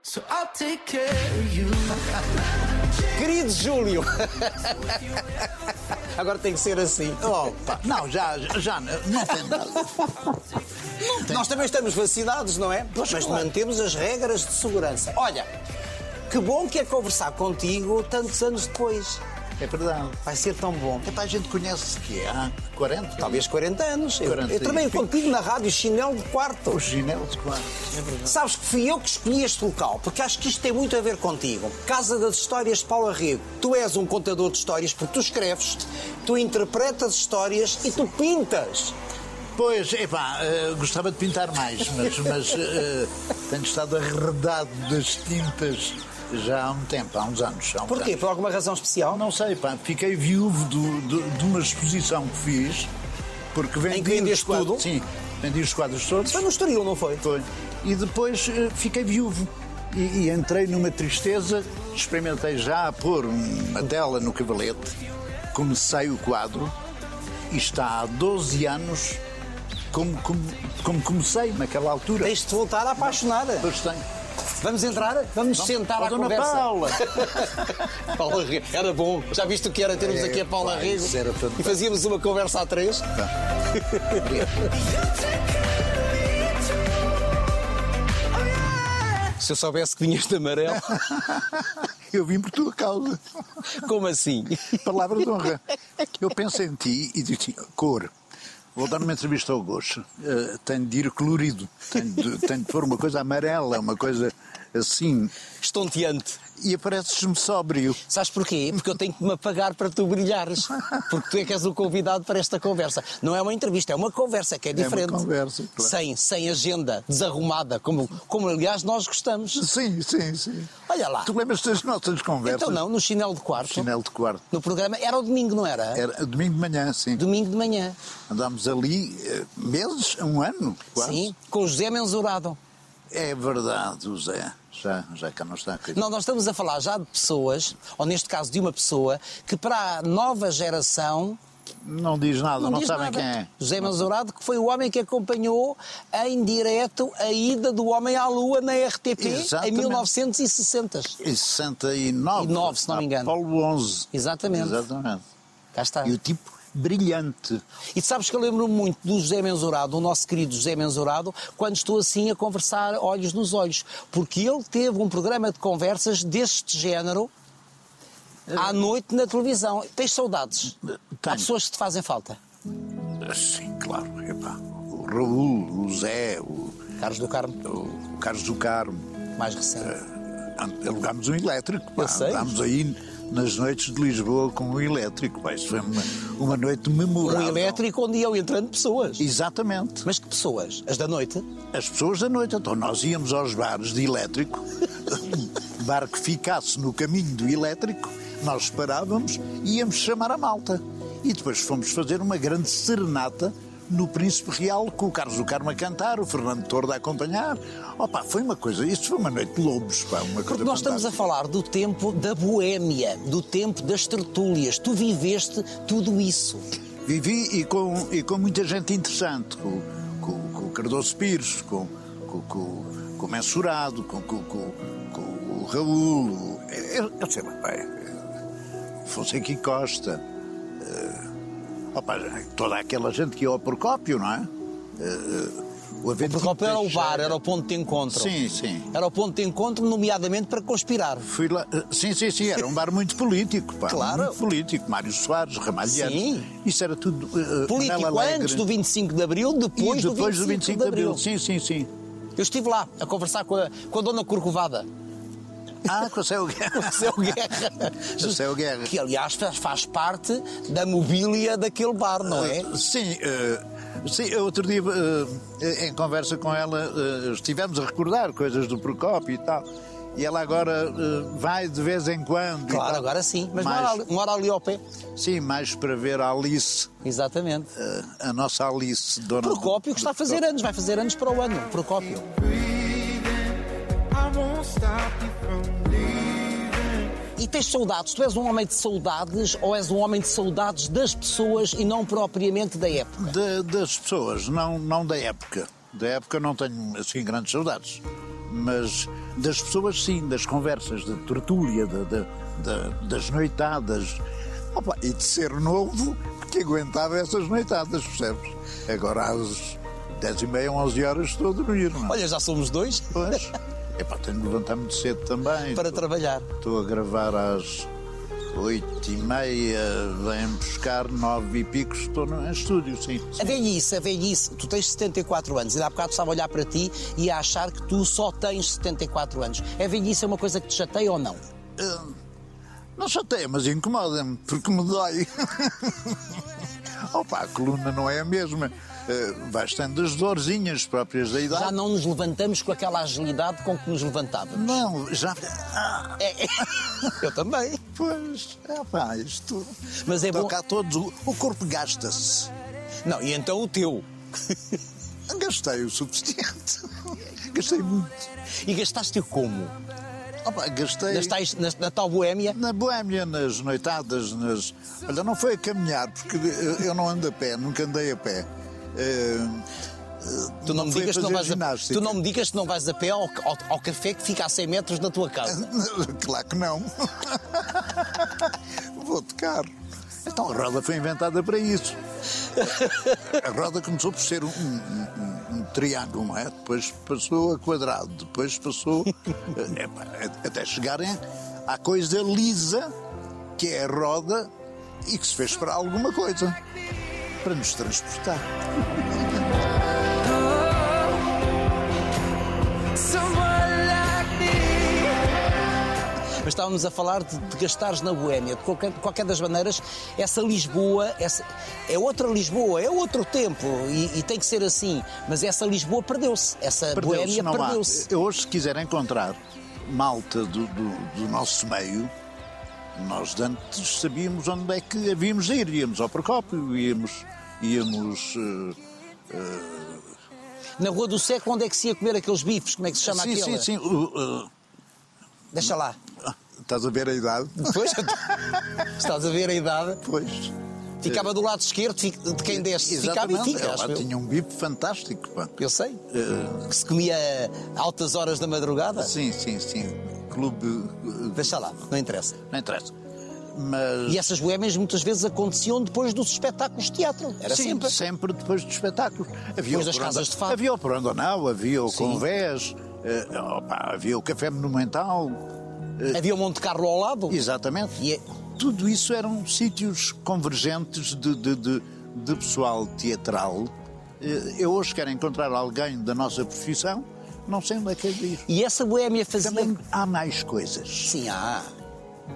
So I'll take care of you. Querido Júlio! Agora tem que ser assim. Opa, não, já, já não é tem nada. Nós também estamos vacinados, não é? Pois Mas claro. mantemos as regras de segurança. Olha, que bom que é conversar contigo tantos anos depois. É verdade. Vai ser tão bom. Epá, a gente conhece-se que é, há 40, Talvez 40 anos. Eu, 40 eu trabalhei e pico. contigo na rádio Chinelo de Quarto. os chinelos, claro. É verdade. Sabes que fui eu que escolhi este local, porque acho que isto tem muito a ver contigo. Casa das Histórias de Paula Rego. Tu és um contador de histórias porque tu escreves, tu interpretas histórias e tu pintas. Pois, epá, eh, gostava de pintar mais, mas, mas eh, tenho estado arredado das tintas já há um tempo, há uns anos. Há uns Porquê? anos. Por alguma razão especial? Não sei, pá, fiquei viúvo do- do- de uma exposição que fiz, porque vendi Em que vendias os quadros. tudo? Sim, vendi os quadros todos. Foi no Estoril, não foi? Foi. E depois eh, fiquei viúvo. E, e entrei numa tristeza, experimentei já a pôr uma tela no cavalete, comecei o quadro e está há 12 anos como, como, como comecei naquela altura. Tens de voltar a apaixonar. Depois tenho- Vamos entrar? Vamos sentar Oh, à Dona conversa. Paula! Paula Rego. Era bom. Já viste o que era termos É, aqui a Paula pá, Rego? isso era fantástico. E fazíamos uma conversa a três. Se eu soubesse que vinhas de amarelo, Eu vim por tua causa. como assim? Palavra de honra. É Eu penso em ti e disse cor. Vou dar uma entrevista ao gosto. Eh, tenho de ir colorido. Tenho de, tenho de pôr uma coisa amarela, uma coisa assim. Estonteante. E apareces-me sóbrio. Sabes porquê? Porque eu tenho que me apagar para tu brilhares. Porque tu é que és o convidado para esta conversa. Não é uma entrevista, é uma conversa que é uma diferente. conversa, claro. sem, sem agenda, desarrumada, como, como aliás nós gostamos. Sim, sim, sim. Olha lá. Tu lembras das nossas conversas? Então não, no chinelo de quarto. Chinelo É. de quarto. No programa era o domingo, não era? Era domingo de manhã, sim. Domingo de manhã. Andámos ali eh, meses, um ano, quase. Sim, com o José Mensurado. É verdade, o Zé. Já, já cá não está. querido. Não, nós estamos a falar já de pessoas, ou neste caso de uma pessoa, que para a nova geração Não diz nada, não, não, diz sabem nada. quem é. José Manzourado, que foi o homem que acompanhou em direto a ida do homem à Lua na RTP Exatamente. em 1960. Em 69. E nove, se não me engano. Apolo 11. Exatamente. Ah. Exatamente. Cá está. E o tipo brilhante. E sabes que eu lembro me muito do José Menzourado, o nosso querido José Menzourado, quando estou assim a conversar olhos nos olhos, porque ele teve um programa de conversas deste género à noite na televisão. Tens saudades? Há Eh, Tenho. pessoas que te fazem falta. Sim, claro. Epá. O Raul, o Zé, o, Carlos do Carmo, o Carlos do Carmo. mais Eh, recente. And- Alugámos um elétrico. pá. Eu sei. Andámos aí nas noites de Lisboa com um elétrico. Pá. Isso foi uma, uma noite memorável. Um elétrico onde iam entrando pessoas. Exatamente. Mas que pessoas? As da noite? As pessoas da noite, então nós íamos aos bares de elétrico, bar que ficasse no caminho do elétrico, nós parávamos e íamos chamar a malta. E depois fomos fazer uma grande serenata no Príncipe Real, com o Carlos do Carmo a cantar, o Fernando Tordo a acompanhar. Opa, foi uma coisa, isto foi uma noite de lobos, pá, uma coisa Porque nós estamos a fantástica. falar do tempo da boémia, do tempo das tertúlias. Tu viveste tudo isso. Vivi e com, e com muita gente interessante, com, com, com o Cardoso Pires, com, com, com, com o Mensurado, com, com, com, com o Raul, eu, eu sei lá, bem, eh, Fonseca e Costa, eh, opa, toda aquela gente que ia ao Procópio, não é? Eh, o Aventino Porque ao pé era o Teixeira. bar, era o ponto de encontro. Sim, sim. Era o ponto de encontro, nomeadamente para conspirar. Fui lá, eh, sim, sim, sim, era um bar muito político, pá, Claro. muito político, Mário Soares, Ramalhiano, Sim. isso era tudo... eh, Político Nela Alegre. antes do 25 de Abril, depois, e depois do 25, do 25 de Abril. Sim, sim, sim. Eu estive lá a conversar com a, com a dona Corcovada, Ah, com o Céu Guerra. o Céu Guerra. Céu Guerra. Que, aliás, faz, faz parte da mobília daquele bar, Ah, não é? Sim, eh, sim, eu outro dia, eh, em conversa com ela, eh, estivemos a recordar coisas do Procópio e tal. E ela agora eh, vai de vez em quando. e Claro, tal. agora sim. Mas Mais- mora ali- mora ali ao pé. Sim, mais para ver a Alice, Exatamente. eh, a nossa Alice, dona. do- Procópio que está a do fazer anos, vai fazer anos para o ano, Procópio. I won't stop you from leaving. E tens saudades, tu és um homem de saudades ou és um homem de saudades das pessoas e não propriamente da época? Da- das pessoas, não, não da época. Da época não tenho assim grandes saudades. Mas das pessoas, sim, das conversas, da tertúlia, da- da- da- das noitadas. Opa, e de ser novo que aguentava essas noitadas, percebes? Agora às 10 e meia, 11 horas estou a dormir, não é? Olha, já somos dois Pois. Epá, tenho de levantar muito cedo também. para trabalhar. Estou a gravar às oito e meia, vem buscar nove e pico, estou no, em estúdio, sim. A velhice, a velhice, tu tens 74 anos, e há bocado estava a olhar para ti e a achar que tu só tens 74 anos. A velhice é uma coisa que te chateia ou não? Não chateia, mas incomoda-me, porque me dói. Opa, a coluna não é a mesma. Eh, vais tendo as dorzinhas próprias da idade. Já não nos levantamos com aquela agilidade com que nos levantávamos. Não, já. Ah, É, é. Eu também. pois, epá, isto. Mas é bom- Toca a todos. o- O corpo gasta-se. Não, e então o teu? Gastei o suficiente. Gastei muito. E gastaste-o como? Opa, gastei. Gastais na, na tal boémia? Na Boémia, nas noitadas, nas. Olha, não foi a caminhar, porque eh, eu não ando a pé, nunca andei a pé. Eh, eh, Tu não, me foi digas que não fazer vais a, ginástica. tu não me digas que não vais a pé ao, ao- ao café que fica a 100 metros da tua casa. Claro que não. Vou de carro. Então a roda foi inventada para isso. A roda começou por ser um, um- um- um triângulo, não é? Depois passou a quadrado, depois passou eh, epá, até chegarem à coisa lisa, que é a roda e que se fez para alguma coisa para nos transportar. Someone like me. Mas estávamos a falar de, de gastares na boémia. De qualquer, de qualquer das maneiras, essa Lisboa essa- é outra Lisboa, é outro tempo e, e tem que ser assim. Mas essa Lisboa perdeu-se. Essa Perdeu-se, boémia não há. perdeu-se. Eu hoje, se quiser encontrar malta do, do- do nosso meio, nós de antes sabíamos onde é que havíamos de ir. Íamos ao Procópio, íamos. íamos eh, Na Rua do Século, onde é que se ia comer aqueles bifes? Como é que se chama sim, aquela? sim, sim, o- eh, Deixa lá. estás a ver a idade? Pois, estás a ver a idade. Pois. Ficava do lado esquerdo fi- de quem desce. Ficava e Exatamente. fica. Ela acho eu. tinha um bico fantástico. pá. Eu sei. Que se comia a altas horas da madrugada. Eh, Sim, sim, sim. Clube. eh, Deixa lá, não interessa. Não interessa. Mas. E essas boémias muitas vezes aconteciam depois dos espetáculos de teatro. Era Sim, sempre. depois dos espetáculos. Havia Depois o das por onde- casas de fado. Havia o por onde não, havia o Sim. convés, eh, opa, havia o café monumental. Eh, Havia o Monte Carlo ao lado. Exatamente. E é- Tudo isso eram sítios convergentes de, de- de- de pessoal teatral. Eh, Eu hoje quero encontrar alguém da nossa profissão, não sei onde é que é de ir. E essa boémia fazia. Também há mais coisas. Sim, há.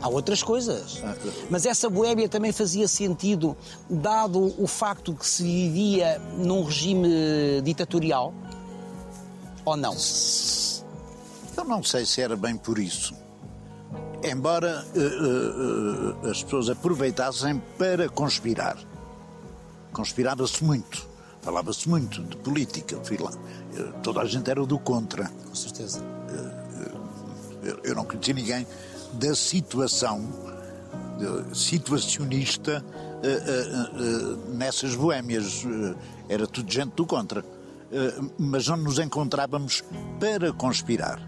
Há outras coisas. Ah, ah. Mas essa boémia também fazia sentido, dado o facto que se vivia num regime ditatorial. Ou não? Eu Então, não sei se era bem por isso. Embora eh, eh, eh, as pessoas aproveitassem para conspirar. Conspirava-se muito. Falava-se muito de política. Fui lá. Eh, toda a gente era do contra. Com certeza. Eu, eu não conhecia ninguém da situação eh, situacionista eh, eh, eh, nessas boémias. Eh, era tudo gente do contra. Eh, mas não nos encontrávamos para conspirar.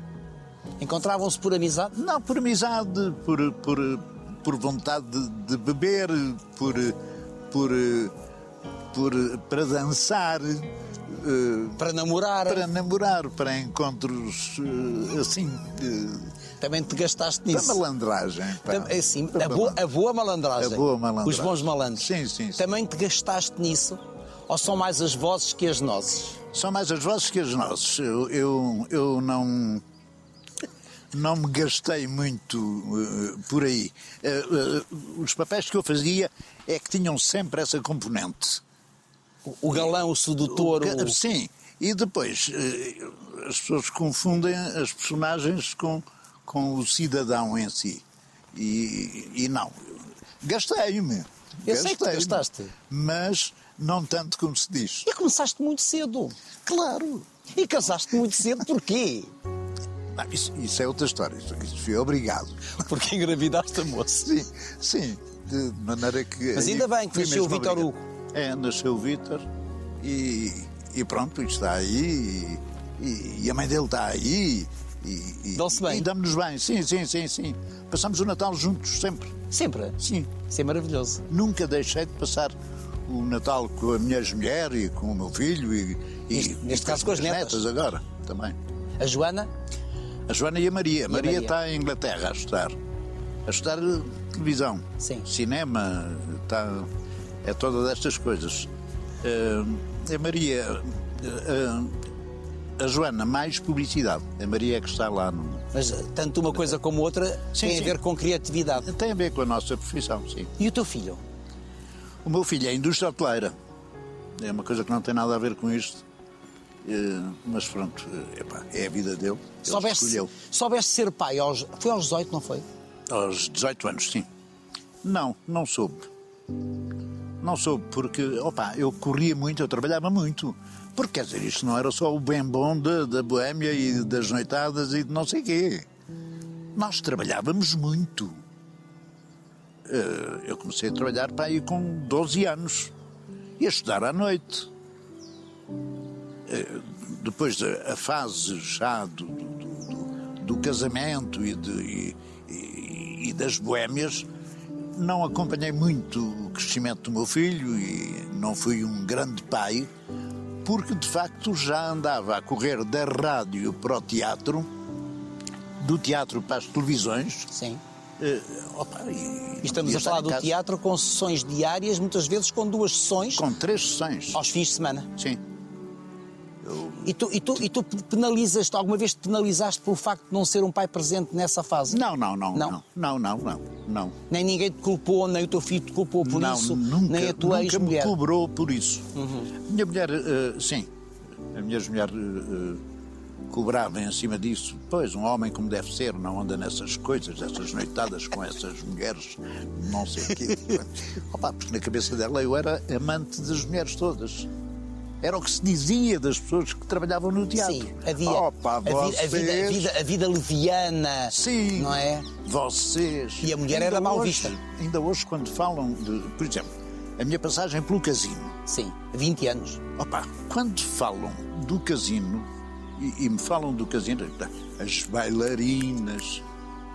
Encontravam-se por amizade? Não, por amizade, por, por, por vontade de, de beber, por, por, por- para dançar, eh, Para namorar? para namorar, para encontros eh, assim, de, Também te gastaste da nisso? malandragem. pá. Tam- é Assim, Da a, boa, malan- a boa malandragem. A boa malandragem. Os bons malandros. Sim, sim, sim. Também te gastaste nisso? Ou são mais as vozes que as nozes? São mais as vossas que as nossas. Eu, eu, eu não. Não me gastei muito eh, por aí. Eh, eh, os papéis que eu fazia é que tinham sempre essa componente. O- O galão, o sedutor, o, Ca- é- Sim, e depois eh, as pessoas confundem as personagens com, com o cidadão em si. E, e não. Gastei-me. Eu sei que tu Gastei-me. gastaste. Mas não tanto como se diz. E começaste muito cedo. Claro. E casaste muito cedo porquê? Não, isso, isso é outra história. Isso, isso foi obrigado. Porque engravidaste a moça. Sim, sim. De maneira que. Mas ainda bem que fui nasceu o mesmo Vítor obrigado. É, nasceu o Vítor e, e pronto, está aí. E, e a mãe dele está aí. E, E, e, Dão-se bem. E damos-nos bem, sim, sim, sim, sim. Passamos o Natal juntos sempre, Sempre. sim. Isso é maravilhoso. Nunca deixei de passar o Natal com a minha mulher e com o meu filho e, e- Neste- neste e caso, com as minhas netas. agora também. A Joana, A Joana e a Maria. A Maria Maria. está em Inglaterra a estudar. A estudar eh, televisão, Sim. cinema, está, é todas estas coisas. Eh, a Maria, eh, eh, a Joana, mais publicidade. A Maria é que está lá no. mas eh, tanto uma coisa como outra Sim, tem sim. a ver com criatividade. Tem a ver com a nossa profissão, sim. E o teu filho? O meu filho é indústria hoteleira. É uma coisa que não tem nada a ver com isto. Eh, mas pronto, eh, epá, é a vida dele. Ele Soubeste, escolheu. soubeste ser pai aos. Foi aos 18, não foi? Aos 18 anos, sim. Não, não soube. Não soube, porque, opa, eu corria muito, eu trabalhava muito. Porque, quer dizer, isto não era só o bem bom da, da boémia e das noitadas e de não sei quê. Nós trabalhávamos muito. Eh, Eu comecei a trabalhar para aí com 12 anos. E a estudar à noite. Eh, Depois da a fase já do, do- do- do casamento e, de- e- e- e das boémias, não acompanhei muito o crescimento do meu filho e não fui um grande pai, porque de facto já andava a correr da rádio para o teatro, do teatro para as televisões. Sim. eh, opa, e- E estamos e a falar estar em do casa teatro com sessões diárias, muitas vezes com duas sessões Com três sessões. aos fins de semana. Sim. E tu, e tu, e tu penalizas, alguma vez te penalizaste pelo facto de não ser um pai presente nessa fase? Não, não, não, Não? não, não, não, não, não. Nem ninguém te culpou, nem o teu filho te culpou por não, isso, nunca, nem a tua nunca me ex-mulher. Uhum. cobrou por isso. Minha mulher, eh, sim, a minha mulher eh, eh, cobrava em cima disso. Pois, um homem como deve ser, não anda nessas coisas, essas noitadas com essas mulheres, não sei o quê. Opa, porque na cabeça dela eu era amante das mulheres todas. Era o que se dizia das pessoas que trabalhavam no teatro. Sim, havia Opa, a, vi- a vida, a, vocês- vida, a vida leviana, Sim. não é? Vocês. E a mulher Ainda era mal hoje- vista. Ainda hoje, quando falam de. Por exemplo, a minha passagem pelo casino. Sim, 20 anos. Opa, quando falam do casino, e, e me falam do casino, tá, as bailarinas.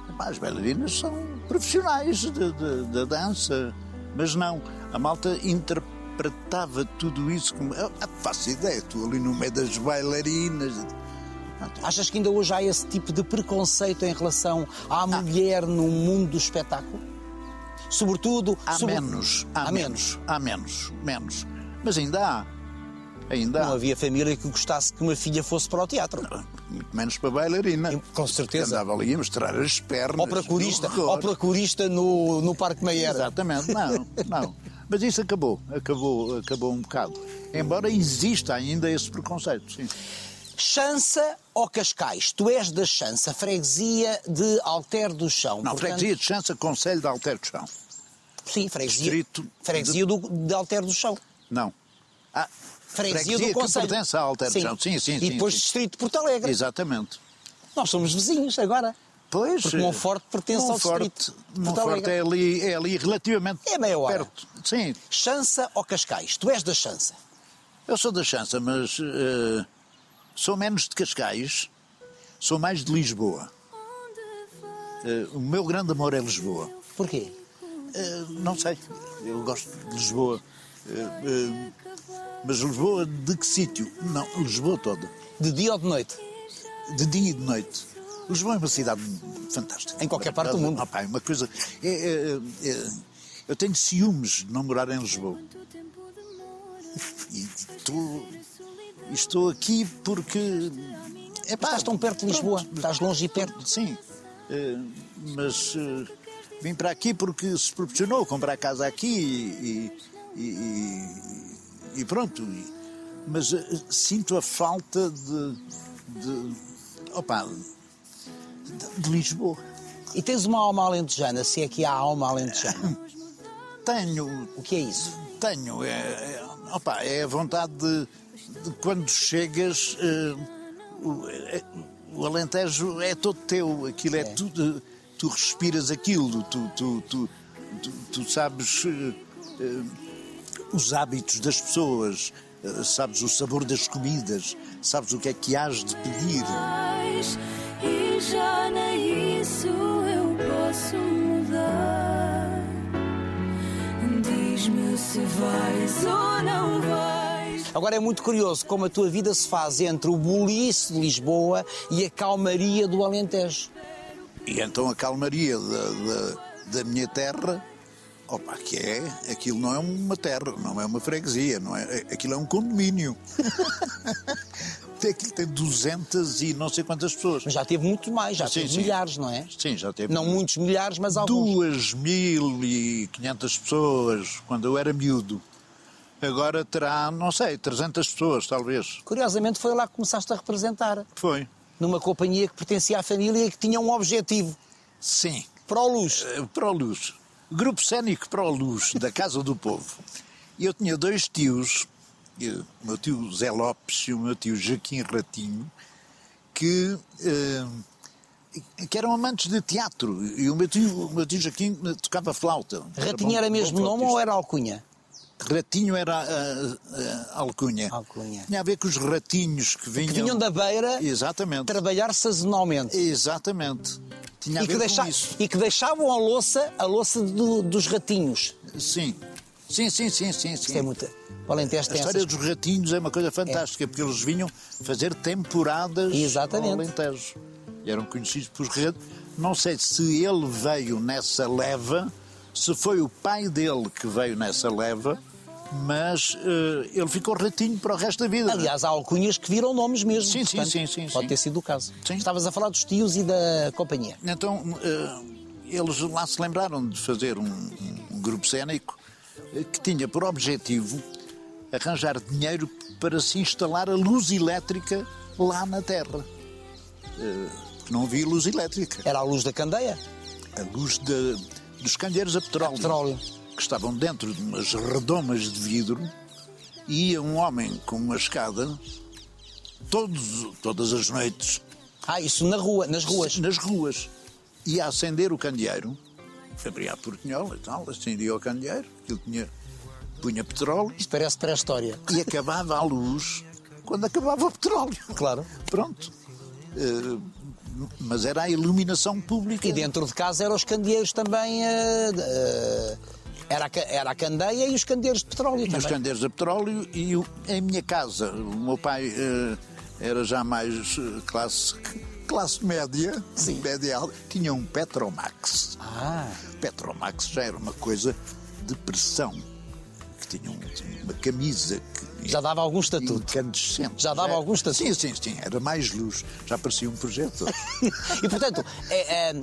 Epá, as bailarinas são profissionais de- de- da dança, mas não. A malta interpretava tudo isso como. "Ah, faço ideia, estou ali no meio das bailarinas. Achas que ainda hoje há esse tipo de preconceito em relação Ah. à mulher no mundo do espetáculo? Sobretudo. Há sobre- menos, há, Há menos, há menos, menos. Mas ainda há. Ainda Não há. havia família que gostasse que uma filha fosse para o teatro. Muito menos para bailarina. Com certeza. Andava ali a mostrar as pernas. Ou para corista, Que horror. ou para corista no, no Parque Meyer. Exatamente, não, não. Mas isso acabou, acabou, acabou um bocado. Embora exista ainda esse preconceito, sim. Chança ou Cascais? Tu és da Chança, freguesia de Alter do Chão. Não, é Portanto, freguesia de Chança, Conselho de Alter do Chão. Sim, freguesia. Distrito freguesia do, de Alter do Chão. Não. Ah, Freguesia, do Conselho. que pertence a Alter do Chão, sim, sim, E sim. depois sim. Distrito de Porto Alegre. Exatamente. Nós somos vizinhos agora. Pois. Porque Monforte pertence ao Monforte- distrito de Porto Monforte Alegre. é ali, é ali relativamente É meia hora. perto. Sim, Chança ou Cascais? Tu és da Chança. eu sou da Chança, mas eh, sou menos de Cascais, sou mais de Lisboa. Eh, o meu grande amor é Lisboa. Porquê? Eh, não sei, eu gosto de Lisboa. Eh, eh, mas Lisboa de que sítio? Não, Lisboa toda. De dia ou de noite? de dia e de noite. Lisboa é uma cidade fantástica. Em qualquer parte do mundo. Maravilhosa. Ah, pá, é uma coisa. é, é, é, eu tenho ciúmes de não morar em Lisboa. E estou, estou aqui porque. É pá, Estás tão perto de Lisboa. Estás longe e perto. Sim. Eh, mas eh, vim para aqui porque se proporcionou comprar casa aqui e, e- e- e pronto. E- mas eh, sinto a falta de. de opa, de, de Lisboa. E tens uma alma alentejana, se é que há alma alentejana. Tenho. O que é isso? Tenho. É, é, opa, é a vontade de, de quando chegas. eh, o, é- o Alentejo é todo teu, aquilo é, tudo. Tu respiras aquilo, tu, tu, tu, tu- tu sabes eh, eh, os hábitos das pessoas, eh, sabes o sabor das comidas, sabes o que é que has de pedir. mais e já nem isso eu posso mudar. Diz-me se vais ou não vais. Agora é muito curioso como a tua vida se faz entre o buliço de Lisboa e a calmaria do Alentejo. E então a calmaria da, da, da minha terra, opa, que é, aquilo não é uma terra, não é uma freguesia, não é, aquilo é um condomínio. Tem- aquilo tem 200 e não sei quantas pessoas. Mas já teve muito mais, já Sim, teve sim. milhares, não é? Sim, já teve. Não muitos milhares, mas alguns. 2.500 pessoas quando eu era miúdo. Agora terá, não sei, 300 pessoas, talvez. Curiosamente foi lá que começaste a representar, Foi. numa companhia que pertencia à família e que tinha um objetivo, Sim. para o luz. Eh, Pró-Luz. Grupo Cénico Pró-Luz, da Casa do Povo. E eu tinha dois tios, eh, o meu tio Zé Lopes e o meu tio Joaquim Ratinho, que, eh, que eram amantes de teatro. E o meu tio, o meu tio Joaquim eh, tocava flauta. Ratinho bom- era bom mesmo nome flautista. ou era alcunha? Ratinho era ah, ah, alcunha. Alcunha. Tinha a ver com os ratinhos que vinham. Que vinham da beira Exatamente. trabalhar sazonalmente. Exatamente. Tinha a E que, ver com deixa- isso. e que deixavam a louça, a louça do- dos ratinhos. Sim. Sim, sim, sim, sim. sim. Isto é muito. O Alentejo A tem história essas... dos ratinhos é uma coisa fantástica, porque eles vinham fazer temporadas Exatamente. ao Alentejo. E eram conhecidos por ratos. Não sei se ele veio nessa leva, se foi o pai dele que veio nessa leva, mas eh, ele ficou ratinho para o resto da vida. Aliás, há alcunhas que viram nomes mesmo. é? Sim, sim, portanto, sim, sim, sim. Pode ter sido o caso. Sim. Estavas a falar dos tios e da companhia. Então eh, eles lá se lembraram de fazer um, um grupo cénico eh, que tinha por objetivo arranjar dinheiro para se instalar a luz elétrica lá na Terra. Eh, Porque não havia luz elétrica. Era a luz da candeia. A luz de- dos candeeiros a petróleo, petróleo. que estavam dentro de umas redomas de vidro e ia um homem com uma escada todos, todas as noites Ah, isso na rua, nas ruas. nas ruas. E a acender o candeeiro, abria a portinhola e tal, acendia o candeeiro, aquilo tinha, punha petróleo Isto parece pré-história. e acabava a luz quando acabava o petróleo. Claro. Pronto. Eh, mas era a iluminação pública. E dentro de casa eram os candeeiros também. eh, de- eh, era, a, ca- era a candeia e os candeeiros de petróleo E os também. candeeiros a petróleo e o- em minha casa. O meu pai eh, era já mais eh, classe, classe média, média alta, tinha um Petromax. Ah, Petromax já era uma coisa de pressão, que tinha um- uma camisa que já dava algum estatuto. incandescente. Já dava era- algum estatuto. Sim, sim, sim, era mais luz, já parecia um projeto. E portanto, é,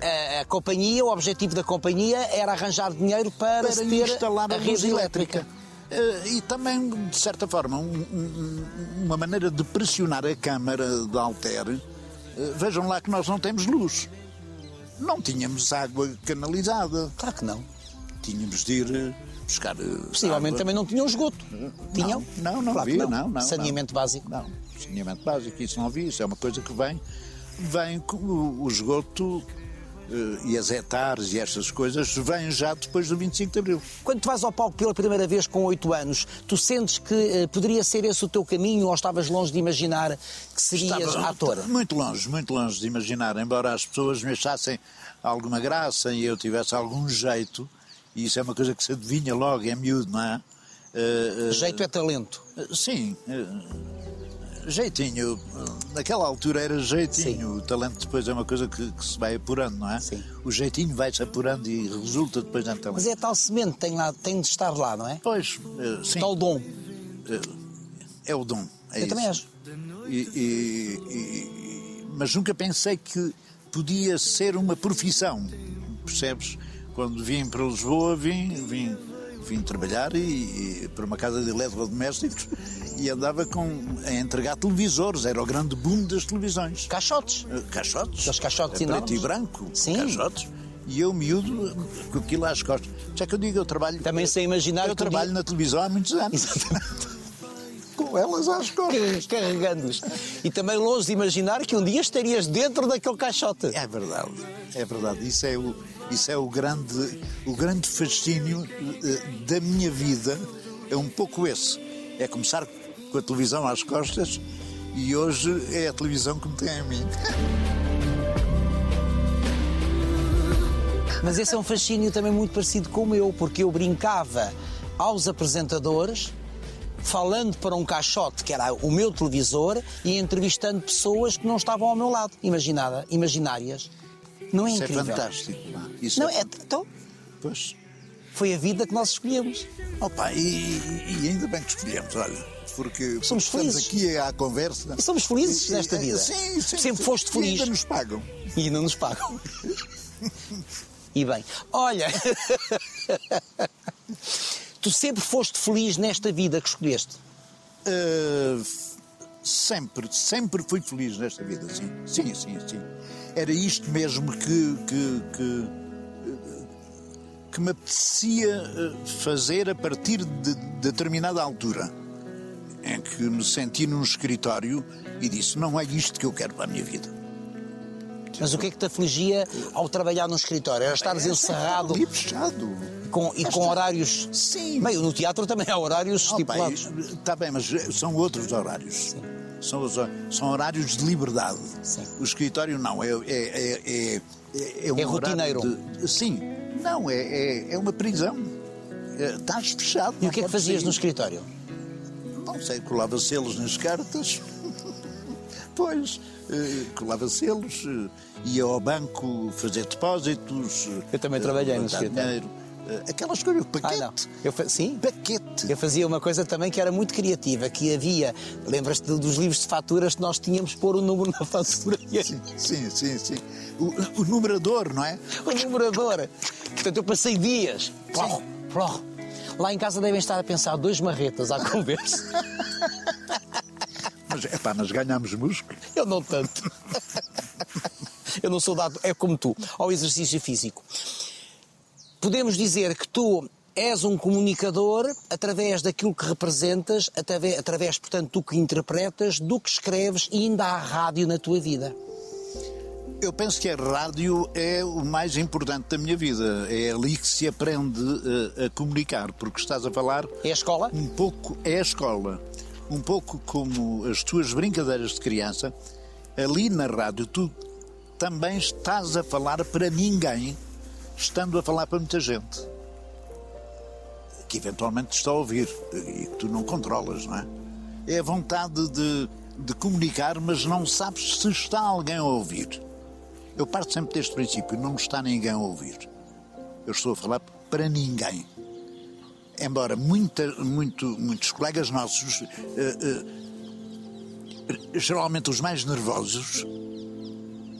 é, a, a companhia, o objetivo da companhia era arranjar dinheiro para, para se ter instalar a, a luz rede elétrica. Eh, e também, de certa forma, um- um- uma maneira de pressionar a Câmara de Alter. Eh, vejam lá que nós não temos luz. Não tínhamos água canalizada. Claro que não. Tínhamos de ir eh, buscar. Possivelmente também não tinham esgoto. Tinham? Ah, Não, não Claro que havia, não, não, Saneamento básico. Não, saneamento básico, isso não havia, isso é uma coisa que vem, vem com o, o esgoto eh, e as hectares e estas coisas, vêm já depois do 25 de Abril. Quando tu vais ao palco pela primeira vez com 8 anos, tu sentes que eh, poderia ser esse o teu caminho ou estavas longe de imaginar que serias ator? Muito longe, muito longe de imaginar, embora as pessoas me achassem alguma graça e eu tivesse algum jeito, e isso é uma coisa que se adivinha logo, é miúdo, não é? Eh, eh, Jeito é talento. Sim, eh, jeitinho. Naquela altura era jeitinho. O talento depois é uma coisa que, que se vai apurando, não é? Sim. O jeitinho vai-se apurando e resulta depois em talento. Mas é tal semente, tem, lá, tem de estar lá, não é? Pois, eh, sim, Tal dom. é o dom. é Eu também isso. acho. E- e- e- e- mas nunca pensei que podia ser uma profissão, percebes? Quando vim para Lisboa, vim, vim, vim trabalhar e, e para uma casa de eletrodomésticos e andava com, a entregar televisores, era o grande boom das televisões. Caixotes. Eh, Caixotes. Aqueles caixotes eh, Preto enormes. e branco, Sim. caixotes. E eu, miúdo, com aquilo às costas. Já que eu digo, eu trabalho... Também sem imaginar Eu que um trabalho dia- na televisão há muitos anos. com elas às costas. Car- Carregando-os. E também longe de imaginar que um dia estarias dentro daquele caixote. É verdade, é verdade. Isso é o, isso é o, grande, o grande fascínio eh, da minha vida. É um pouco esse. É começar com a televisão às costas e hoje é a televisão que me tem a mim. Mas esse é um fascínio também muito parecido com o meu, porque eu brincava aos apresentadores falando para um caixote que era o meu televisor e entrevistando pessoas que não estavam ao meu lado, imaginada, imaginárias. Não é Isso incrível? é fantástico. pá. Isso Não, é é, fantástico. então, Pois. foi a vida que nós escolhemos. Opa, e, e ainda bem que escolhemos, olha. Porque, porque Somos estamos felizes. aqui à conversa. E somos felizes E- e- nesta vida. Sim, sim, Sempre sim. foste E ainda feliz. nos pagam. E não nos pagam. E bem, olha, tu sempre foste feliz nesta vida que escolheste. Uh, f- sempre, sempre fui feliz nesta vida, sim. Sim, sim, sim. Era isto mesmo que, que, que, uh, que me apetecia uh, fazer a partir de determinada altura. Em que me senti num escritório e disse: Não é isto que eu quero para a minha vida. Mas o que é que te afligia ao trabalhar num escritório? Era estares É, encerrado Livre, fechado. com, e com horários. Sim, Meio, no teatro também há horários estipulados. Está bem, mas eh, são outros horários. São, os hor- são horários de liberdade. Sim. O escritório não, é, é, é, é, é um É rotineiro. horário de- sim, não, é, é, é uma prisão. É, Estás fechado. E não o que é que podes fazias sair. no escritório? Não sei, colava selos nas cartas. pois, eh, colava selos, eh, ia ao banco fazer depósitos. Eu também eh, trabalhei no levantar escritório. dinheiro. Eh, Aquelas coisas, o Ah, paquete. não. Eu, fa- sim? Paquete. Eu fazia uma coisa também que era muito criativa, que havia, lembras-te do- dos livros de faturas que nós tínhamos pôr o número na fatura e Sim, sim, sim, sim. O, o numerador, não é? o numerador. Portanto, eu passei dias. Pló, pló. Lá em casa devem estar a pensar dois marretas à conversa. Mas, epá, mas ganhámos músculo. Eu não tanto. Eu não sou dado, é como tu, ao exercício físico. Podemos dizer que tu és um comunicador através daquilo que representas, através, através portanto, do que interpretas, do que escreves e ainda há rádio na tua vida. Eu penso que a rádio é o mais importante da minha vida. É ali que se aprende eh, a comunicar, porque estás a falar É a escola? um pouco, é a escola. Um pouco como as tuas brincadeiras de criança, ali na rádio tu também estás a falar para ninguém, estando a falar para muita gente. Que eventualmente te está a ouvir e que tu não controlas, não é? É a vontade de, de comunicar, mas não sabes se está alguém a ouvir. Eu parto sempre deste princípio: não me está ninguém a ouvir. Eu estou a falar para ninguém embora muita- muito- muitos colegas nossos, eh, eh, geralmente os mais nervosos,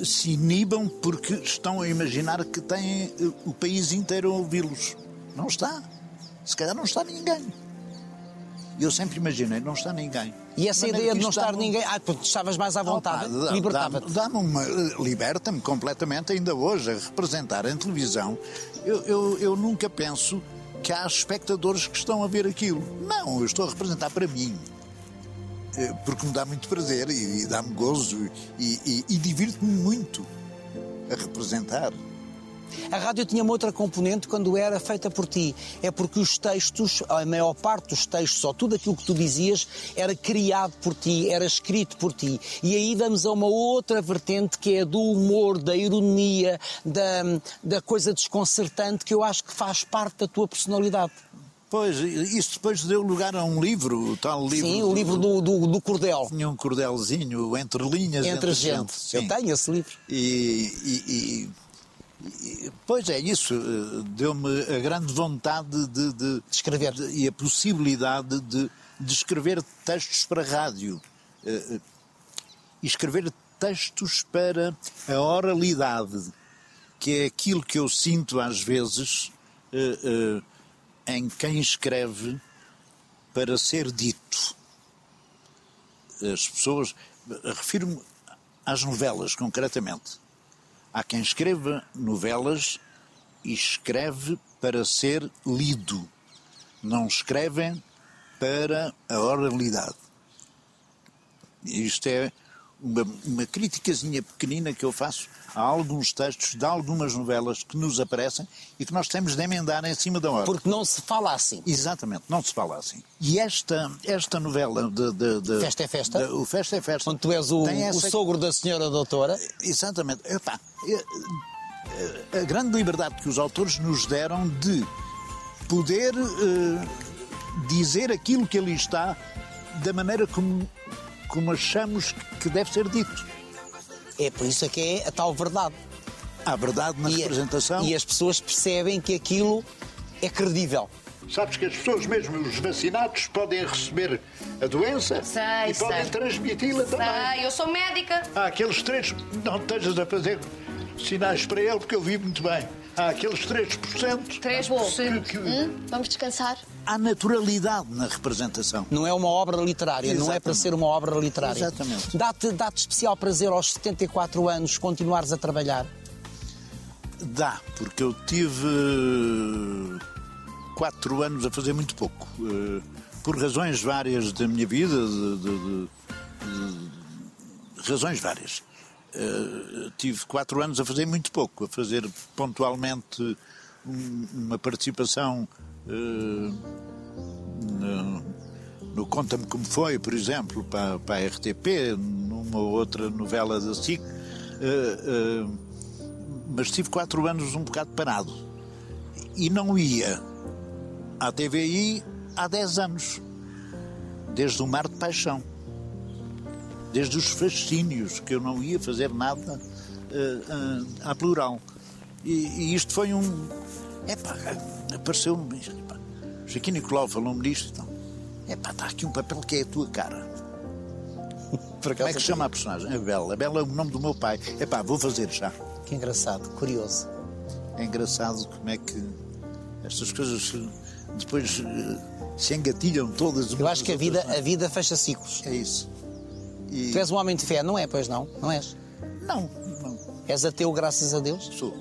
se inibam porque estão a imaginar que têm eh, o país inteiro a ouvi-los. Não está. Se calhar não está ninguém. Eu sempre imaginei, não está ninguém. E essa maneira ideia que de não isto estar dá-me- ninguém. Ah, porque estavas mais à vontade, Opa, dá- libertava-te. dá- Dá-me uma. Liberta-me completamente, ainda hoje, a representar em televisão. Eu, eu, eu nunca penso que há espectadores que estão a ver aquilo. Não, eu estou a representar para mim. Eh, Porque me dá muito prazer e, e dá-me gozo e, e, e divirto-me muito a representar. A rádio tinha uma outra componente quando era feita por ti. É porque os textos, a maior parte dos textos, ou tudo aquilo que tu dizias, era criado por ti, era escrito por ti. E aí vamos a uma outra vertente que é a do humor, da ironia, da, da coisa desconcertante que eu acho que faz parte da tua personalidade. Pois, isso depois deu lugar a um livro, o tal livro. Sim, o livro do, do, do Cordel, Tinha um cordelzinho entre linhas. Entre a Gente. Sim. Eu tenho esse livro. E, e- e- e- pois é, isso eh, deu-me a grande vontade de, de- escrever. de- e a possibilidade de, de escrever textos para rádio Eh, eh, e escrever textos para a oralidade, que é aquilo que eu sinto às vezes eh, eh, em quem escreve para ser dito. As pessoas, refiro-me às novelas concretamente. Há quem escreva novelas e escreve para ser lido. Não escrevem para a oralidade. E Isto é uma, uma criticazinha pequenina que eu faço a alguns textos de algumas novelas que nos aparecem e que nós temos de emendar em cima da hora. Porque não se fala assim. Exatamente, não se fala assim. E esta, esta novela de, de- de- Festa é Festa? de- o Festa é Festa. Quando tu és o, tem o essa- sogro da senhora doutora, Exatamente. Epá, eh, eh, a grande liberdade que os autores nos deram de poder eh, dizer aquilo que ali está da maneira como, como achamos que deve ser dito. É por isso é que é a tal verdade. Há verdade na E a- representação. E é- as pessoas percebem que aquilo é credível. Sabes que as pessoas, mesmo os vacinados, podem receber a doença Sei, e podem sei. transmiti-la também. Sei, Ah, eu sou médica. Há aqueles três, não estejas a fazer sinais para ele, porque eu vi muito bem. Há aqueles 3%. 3%. Que, que... Hum? Vamos descansar? Há naturalidade na representação. Não é uma obra literária, não é para Exatamente. ser uma obra literária. Exatamente. Dá-te dá especial prazer aos 74 anos continuares a trabalhar. Dá, porque eu tive eh, quatro anos a fazer muito pouco. eh, Por razões várias da minha vida, de, de- de- de- razões várias. Eh, Tive quatro anos a fazer muito pouco, a fazer pontualmente um- uma participação eh, no, no Conta-me Como Foi, por exemplo, para, para a RTP, numa outra novela da SIC. eh, eh, mas tive quatro anos um bocado parado e não ia à TVI há 10 anos, desde o Mar de Paixão, desde os fascínios, que eu não ia fazer nada eh, eh, à plural. E, e isto foi um. Epá, apareceu-me. epá, Joaquim Nicolau falou-me disto. Então, epá, está aqui um papel que é a tua cara. Como é que se chama a personagem? A Bela. A Bela é o nome do meu pai. Epá, vou fazer já. Que engraçado, curioso. É engraçado como é que estas coisas se- depois eh, se engatilham todas. Eu acho que a vida, a vida fecha ciclos. É isso. E- Tu és um homem de fé, não é? Pois não, não és? Não, não, És ateu, graças a Deus? sou.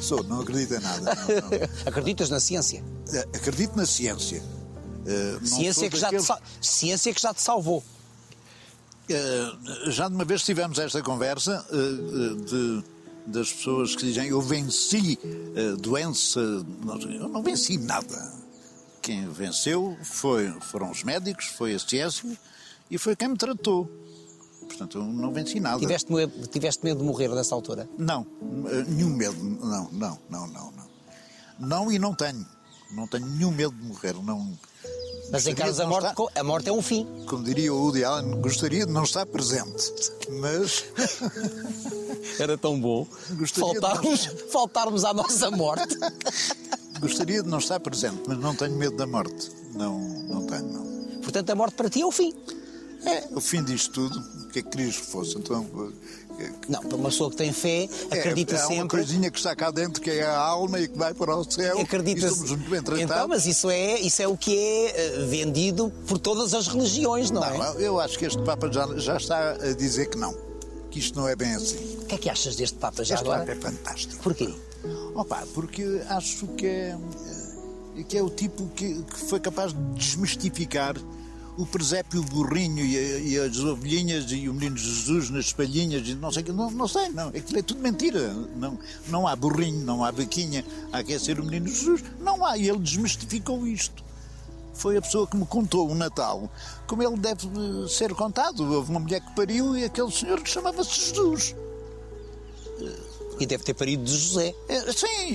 sou, não acredito em nada. não, não. Acreditas na ciência? Eh, Acredito na ciência. Eh, não Ciência sou que, já te daqueles- sal- ciência que já te salvou. Eh, já de uma vez tivemos esta conversa eh, eh, de- das pessoas que dizem eu venci eh, doença. Não, Eu não venci nada. Quem venceu foi, foram os médicos, foi a ciência e foi quem me tratou. Portanto, eu não venci nada. Tiveste medo, tiveste medo de morrer nessa altura? Não, eh, nenhum medo. Não, não, não, não, não. Não e não tenho. Não tenho nenhum medo de morrer. Não, Mas Gostaria encaras de a não morte, estar- co- a morte é um fim. como diria o Woody Allen, gostaria de não estar presente. Mas. Era tão bom Gostaria de- faltarmos, faltarmos à nossa morte. Gostaria de não estar presente, mas não tenho medo da morte. Não, não tenho, não. Portanto, a morte para ti é o fim. É, o fim disto tudo, o que é que querias que fosse? Então, eh, Não, para uma pessoa que tem fé, é, acredita há uma sempre. coisinha que está cá dentro que é a alma e que vai para o céu. Acredita e somos muito bem tratados. então, mas isso é, isso é o que é eh, vendido por todas as religiões, não, é? Não, eu acho que este Papa já, já está a dizer que não. Que isto não é bem assim. O que é que achas deste Papa já este agora? Papa é fantástico. Porquê? Opa, porque acho que é, que é o tipo que, que foi capaz de desmistificar o presépio burrinho e, a- e as ovelhinhas e o menino Jesus nas espalhinhas e não sei o que. Não, não sei, não. Aquilo é tudo mentira. Não, não há burrinho, não há vaquinha, há que é ser o menino Jesus. Não há. E ele desmistificou isto. Foi a pessoa que me contou o Natal, como ele deve eh, ser contado. Houve uma mulher que pariu e aquele senhor que chamava-se Jesus. E deve ter parido de José. É, Sim, e, e-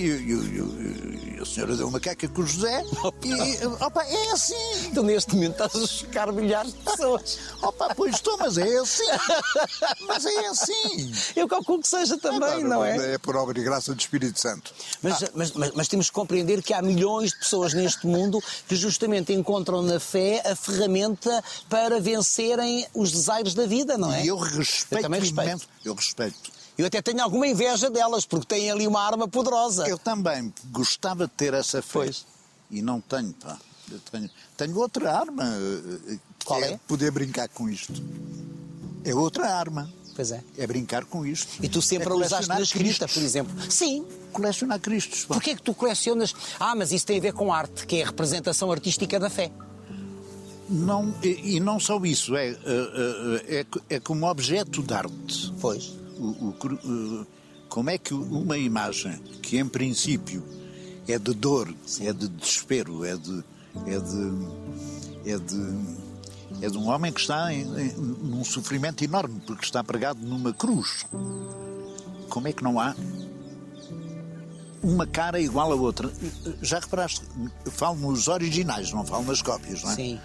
e- e a senhora deu uma caca com o José. E, e, opa, é assim. Então, neste momento, estás a chocar milhares de pessoas. Opa, pois estou, mas é assim. Mas é assim. Eu calculo que seja também, Claro, não é? É por obra e graça do Espírito Santo. Ah. Mas, mas- mas- mas temos que compreender que há milhões de pessoas neste mundo que justamente encontram na fé a ferramenta para vencerem os desaires da vida, não é? E eu respeito, Eu também respeito. imenso- Eu respeito. Eu até tenho alguma inveja delas, porque têm ali uma arma poderosa. Eu também gostava de ter essa fé. Pois. E não tenho, pá. Eu tenho, tenho outra arma. eh, eh, Que Qual é? Poder brincar com isto. É outra arma. Pois é. É brincar com isto. E tu sempre é a usaste na colecionar escrita, cristos. por exemplo. Sim. Colecionar cristos, pá. Porquê é que tu colecionas? Ah, mas isso tem a ver com arte, que é a representação artística da fé. Não, e, e não só isso, é, eh, eh, é, co- é como objeto de arte. Pois. O- o cru- eh, como é que uma imagem que em princípio é de dor, é de desespero, é de. É de, é de é de um homem que está em, em- num sofrimento enorme, porque está pregado numa cruz. como é que não há uma cara igual à outra? Já reparaste, falo nos originais, não falo nas cópias, não é? Sim.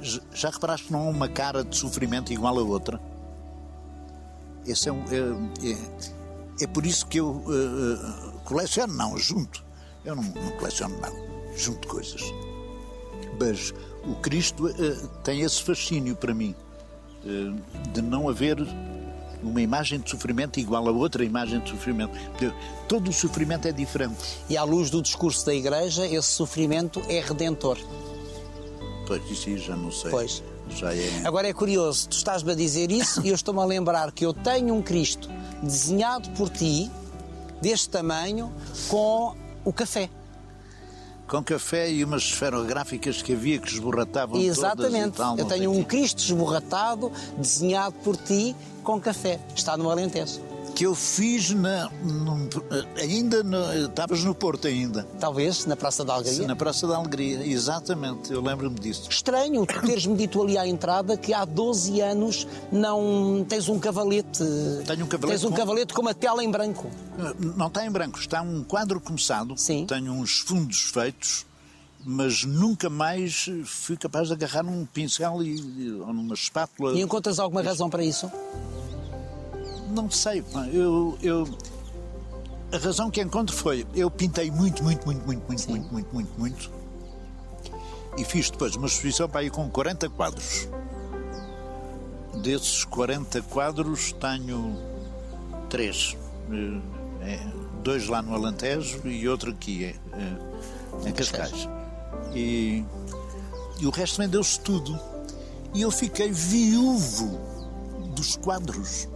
Já- Já reparaste que não há uma cara de sofrimento igual à outra? Esse é, um- é, é- é por isso que eu eh, eh, coleciono, não, junto. Eu não, não coleciono nada, junto coisas. Mas o Cristo eh, tem esse fascínio para mim, eh, de não haver uma imagem de sofrimento igual a outra imagem de sofrimento. De- Todo o sofrimento é diferente. E à luz do discurso da Igreja, esse sofrimento é redentor. Pois, isso aí já não sei. Pois. Já é. Agora é curioso, tu estás-me a dizer isso e eu estou-me a lembrar que eu tenho um Cristo desenhado por ti, deste tamanho, com o café. com café e umas esferográficas que havia que esborratavam todas e Exatamente. tal, eu não sei tenho quê. um Cristo esborratado, desenhado por ti, com café. Está no Alentejo. que eu fiz na num- eh, ainda no- estavas no Porto ainda Talvez, na Praça da Alegria. na Praça da Alegria exatamente eu lembro-me disso Estranho tu teres-me dito ali à entrada que há 12 anos não tens um cavalete. Tenho um cavalete Tens um com- cavalete com uma tela em branco. Eh, não está em branco está um quadro começado Sim. tenho uns fundos feitos mas nunca mais fui capaz de agarrar um pincel e, e- ou numa espátula E encontras alguma razão para isso? Não sei, pá, eu, eu- A razão que encontro foi: eu pintei muito, muito, muito, muito, muito, muito, muito, muito, muito. E fiz depois uma exposição para ir com 40 quadros. Desses 40 quadros, tenho três. Eh, eh, dois lá no Alentejo e outro aqui, eh, eh, em Cascais. E, e o resto vendeu-se tudo. E eu fiquei viúvo dos quadros.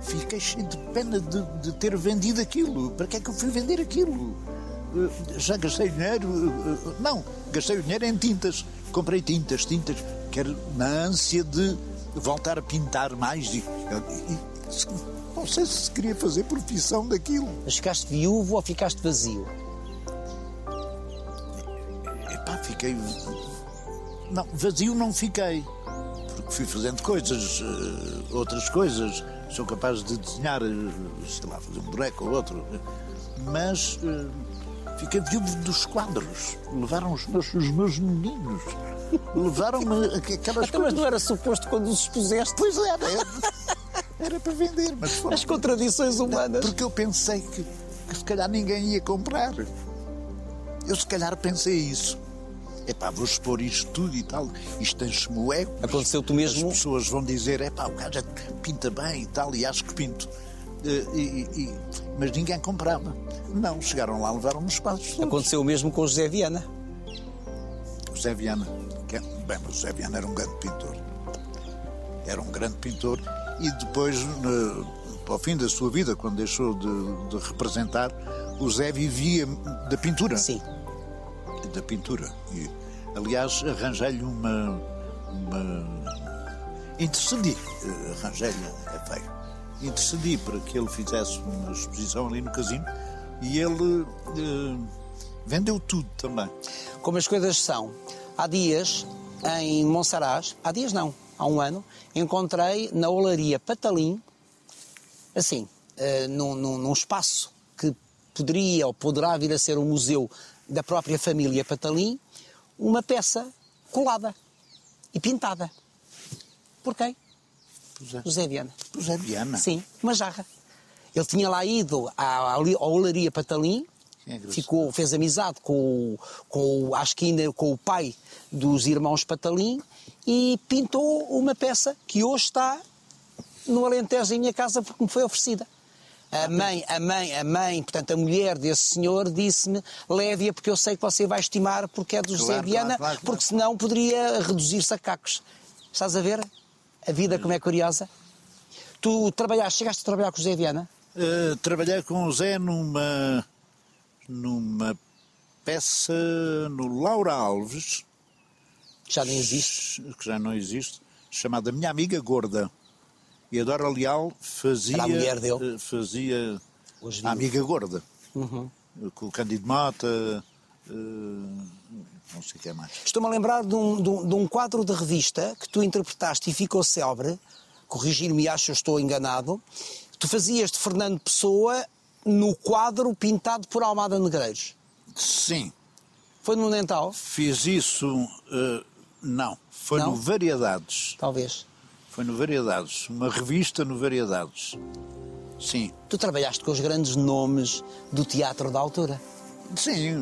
Fiquei cheio de pena de, de ter vendido aquilo. Para que é que eu fui vender aquilo? Eh, Já gastei dinheiro? eh, eh, Não, gastei o dinheiro em tintas. Comprei tintas, tintas. Quero na ânsia de voltar a pintar mais. E, e- e- se- não sei se queria fazer profissão daquilo. Mas ficaste viúvo ou ficaste vazio? Epá, fiquei. Não, vazio não fiquei. Porque fui fazendo coisas, eh, outras coisas. Sou capaz de desenhar, eh, sei lá, fazer um boneco ou outro. Mas eh, fiquei viúvo dos quadros. Levaram os meus, os meus meninos. Levaram-me aqu- aquelas Então, mas coisas. não era suposto quando os expuseste? Pois era, era, era para vender, mas foram. As contradições humanas. Porque eu pensei que, que se calhar ninguém ia comprar. Eu se calhar pensei isso. Epá, vou expor isto tudo e tal. Isto enche-me o ego. Aconteceu-te o mesmo? As pessoas vão dizer, epá, o gajo é pinta bem e tal, e acho que pinto. Eh, e- e- e- mas ninguém comprava. Não, chegaram lá, levaram-me espaços. Aconteceu o mesmo com o José Viana. O Zé Viana. que é- bem, mas o Zé Viana era um grande pintor. Era um grande pintor e depois, no- ao fim da sua vida, quando deixou de, de representar, o Zé vivia da pintura. Sim. Da pintura. E, aliás, arranjei-lhe uma. uma... Intercedi, eh, arranjei-lhe, é feio. Intercedi para que ele fizesse uma exposição ali no casino e ele eh, vendeu tudo também. Como as coisas são. Há dias, em Monsaraz, há dias não, há um ano, encontrei na olaria Patalim, assim, eh, num, num- num espaço que poderia ou poderá vir a ser um museu da própria família Patalim, uma peça colada e pintada. Por quem? Pois é. José Viana. O Zé Viana. Sim, uma jarra. Ele tinha lá ido à, à, à Olaria Patalim, Que é engraçado. ficou, fez amizade com, o- com, o- acho que ainda com o pai dos irmãos Patalim e pintou uma peça que hoje está no Alentejo em minha casa porque me foi oferecida. A mãe, a mãe, a mãe, portanto a mulher desse senhor disse-me leve-a porque eu sei que você vai estimar porque é do José Claro, claro, Viana, claro, claro. porque senão poderia reduzir-se a cacos. Estás a ver? A vida como é curiosa? Tu trabalhaste, chegaste a trabalhar com o José Viana? Uh, trabalhei com o Zé numa, numa peça no Laura Alves, Já nem existe. que já não existe, chamada Minha Amiga Gorda. E a Dora Leal fazia. Era a mulher dele. Uhum. eh, Fazia Hoje vive. a Amiga Gorda. Com o Cândido Mota, eh, não sei quem mais. Estou-me a lembrar de um, de um- de um quadro de revista que tu interpretaste e ficou célebre, corrigir-me, acho que eu estou enganado, Tu fazias de Fernando Pessoa no quadro pintado por Almada Negreiros. Sim, Foi no Nental, fiz isso. eh, não, foi Não? no Variedades. talvez. Foi no Variedades. Uma revista no Variedades. Sim. Tu trabalhaste com os grandes nomes do teatro da altura. Sim,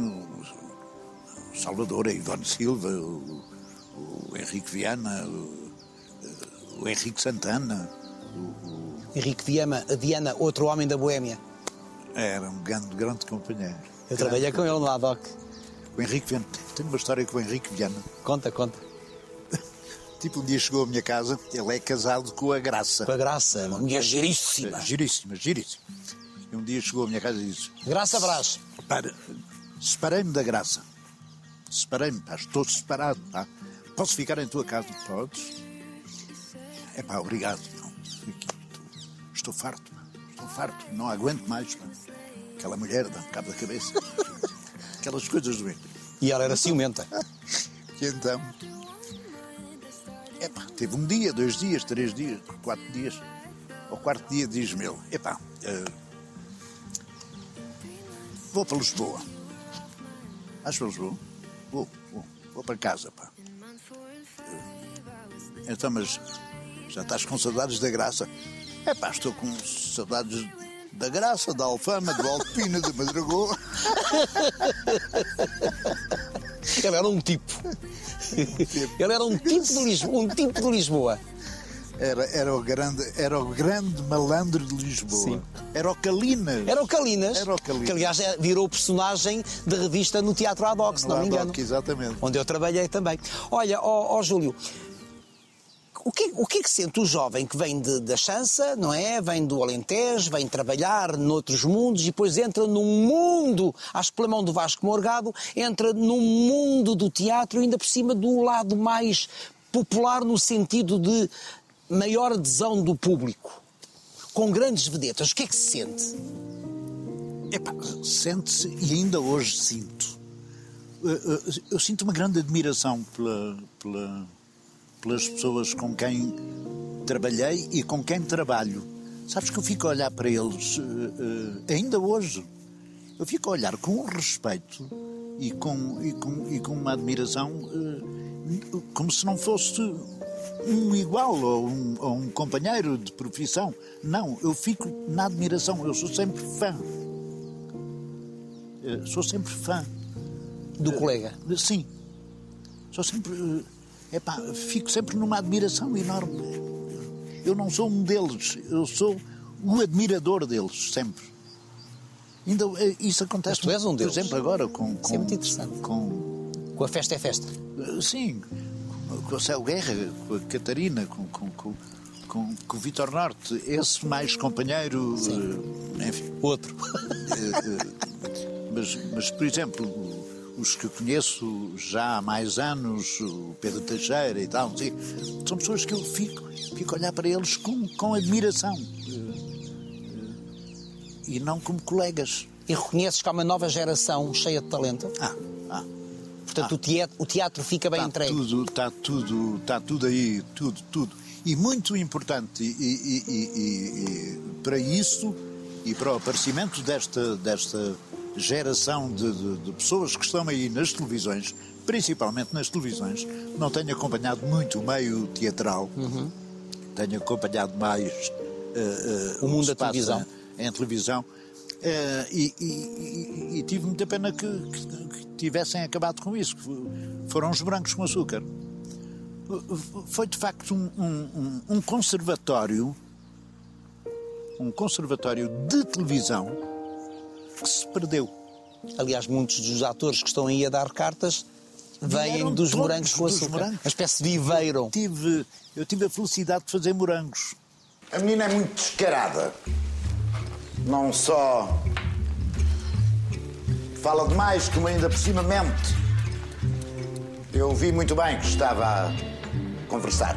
o Salvador, a Ivone Silva, o, o Henrique Viana, o, o Henrique Santana. Henrique Viana, Viana, outro homem da Boémia. Era um grande, grande companheiro. Eu trabalhei com ele no Adoc. O Henrique Viana. Tenho uma história com o Henrique Viana. Conta, conta. Tipo, um dia chegou à minha casa, ele é casado com a Graça. Com a graça, uma mulher giríssima. Giríssima, giríssima. E um dia chegou à minha casa e disse: Graça Brás. Para, separei-me da graça. Separei-me, pá, estou separado, pá. Posso ficar em tua casa? Podes. É pá, obrigado, não. Fico aqui. Estou farto, pá. Estou farto, não aguento mais, pá. Aquela mulher dá-me cabo da cabeça. Aquelas coisas do meio. E ela era ciumenta. E então. Epá, teve um dia, dois dias, três dias, quatro dias. Ao quarto dia diz-me ele: Epá, eh, vou para Lisboa. Acho para Lisboa? Vou, vou, vou para casa, pá. Eh, Então, mas já estás com saudades da graça? Epá, estou com saudades da graça, da alfama, do alpina, de madragoa. Ele era um tipo. Ele era um tipo de Lisboa. Um tipo de Lisboa. Era, era, o grande, era o grande malandro de Lisboa. Sim. Era o Calinas. Era o Calinas. Era o Calinas. Que aliás é- virou personagem da revista no Teatro Adoc, se não me Lá engano. Doc, Exatamente. Onde eu trabalhei também. Olha, ó ó, Júlio. O que, o que é que sente o jovem que vem de- da chança, não é? Vem do Alentejo, vem trabalhar noutros mundos e depois entra num mundo, acho que pela mão do Vasco Morgado, entra num mundo do teatro, ainda por cima do lado mais popular no sentido de maior adesão do público, com grandes vedetas. O que é que se sente? Epá, sente-se e ainda hoje sinto. Eh, eh, Eu sinto uma grande admiração pela- pela- pelas pessoas com quem trabalhei e com quem trabalho. Sabes que eu fico a olhar para eles eh, eh, ainda hoje. Eu fico a olhar com um respeito e com, e com- e com uma admiração eh, como se não fosse um igual ou um, ou um companheiro de profissão. Não, eu fico na admiração, eu sou sempre fã. Eh, sou sempre fã. eh, Do colega. Sim. Sou sempre. eh, Epá, fico sempre numa admiração enorme. Eu não sou um deles, eu sou o admirador deles, sempre. Ainda, eh, isso acontece. Mas tu és um deles. Por exemplo, agora com. com Isso é muito interessante. Com, Com a festa é festa. eh, sim, com a Céu Guerra, com a Catarina, com, com, com, com, com o Vitor Norte, esse mais companheiro. eh, enfim. Eh, Outro. Mas, mas, por exemplo, os que eu conheço já há mais anos, o Pedro Teixeira e tal, não sei, são pessoas que eu fico, fico a olhar para eles com, com admiração. eh, E não como colegas. E reconheces que há uma nova geração cheia de talento. Ah, ah, Portanto, Ah. o, teatro, o teatro fica bem está entregue. Tá tudo, está tudo, está tudo aí, tudo, tudo. E muito importante, e, e- e- e- e para isso e para o aparecimento desta, desta geração de, de- de pessoas que estão aí nas televisões, principalmente nas televisões, não tenho acompanhado muito o meio teatral, tenho acompanhado mais eh, eh, O mundo que se da televisão. passa Em televisão. Eh, e, e- e- e tive muita pena que, que- que tivessem acabado com isso. que fo- Foram os brancos com açúcar. Foi de facto um, um- um- um conservatório, um conservatório de televisão que se perdeu. Aliás, muitos dos atores que estão aí a dar cartas vêm Vieram dos todos morangos com dos açúcar. morangos. Uma espécie de viveiro. Tive, eu tive a felicidade de fazer morangos. A menina é muito descarada. Não só fala demais, como ainda por cima mente. Eu vi muito bem que estava a conversar.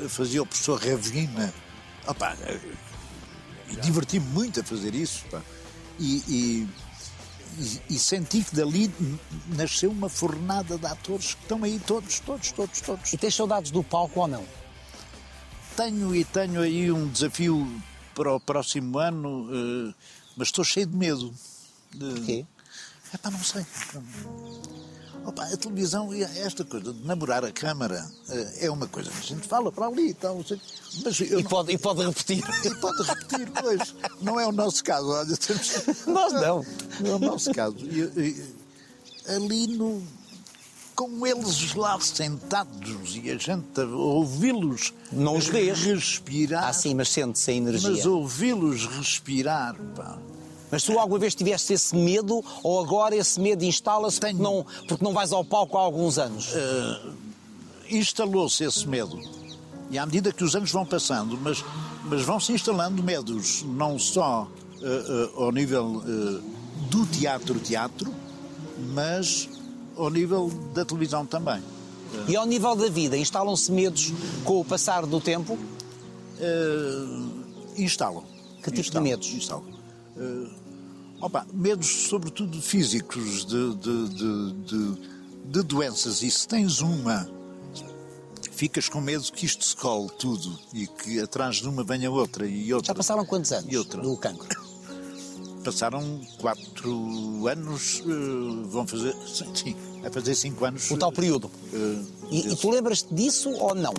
Eu fazia o professor Ravina. Opa, e diverti-me muito a fazer isso. pá. E, e- e- e senti que dali nasceu uma fornada de atores que estão aí todos, todos, todos, todos. E tens saudades do palco ou não? Tenho e tenho aí um desafio para o próximo ano, eh, mas estou cheio de medo. De- Porquê? É pá, não sei. Opa, a televisão, e esta coisa de namorar a câmara, eh, é uma coisa que a gente fala para ali e tal, não sei. Mas eu E pode, e pode repetir. e pode repetir, pois. Não é o nosso caso, olha, temos- Nós não. Não é o nosso caso. E, e, ali no. Com eles lá sentados e a gente a ouvi-los. Não os vês. Respirar. Ah, sim, mas sente-se a energia. mas ouvi-los respirar, pá. Mas tu alguma vez tiveste esse medo ou agora esse medo instala-se porque Tenho. Eh. não, porque não vais ao palco há alguns anos? instalou-se esse medo. E à medida que os anos vão passando, mas, mas vão se instalando medos, não só eh, eh, ao nível eh, do teatro-teatro, mas ao nível da televisão também. E ao nível da vida, instalam-se medos com o passar do tempo? Instalam. Que tipo de Instalam, medos? Instalam. Eh, opa, medos, sobretudo físicos, de, de, de, de, de doenças. E se tens uma, ficas com medo que isto se cole tudo e que atrás de uma venha outra e outra. Já passaram quantos anos E outra. do cancro? Passaram quatro anos, eh, vão fazer. Sim, sim, vai fazer cinco anos. eh, O tal período. E, e tu lembras-te disso ou não?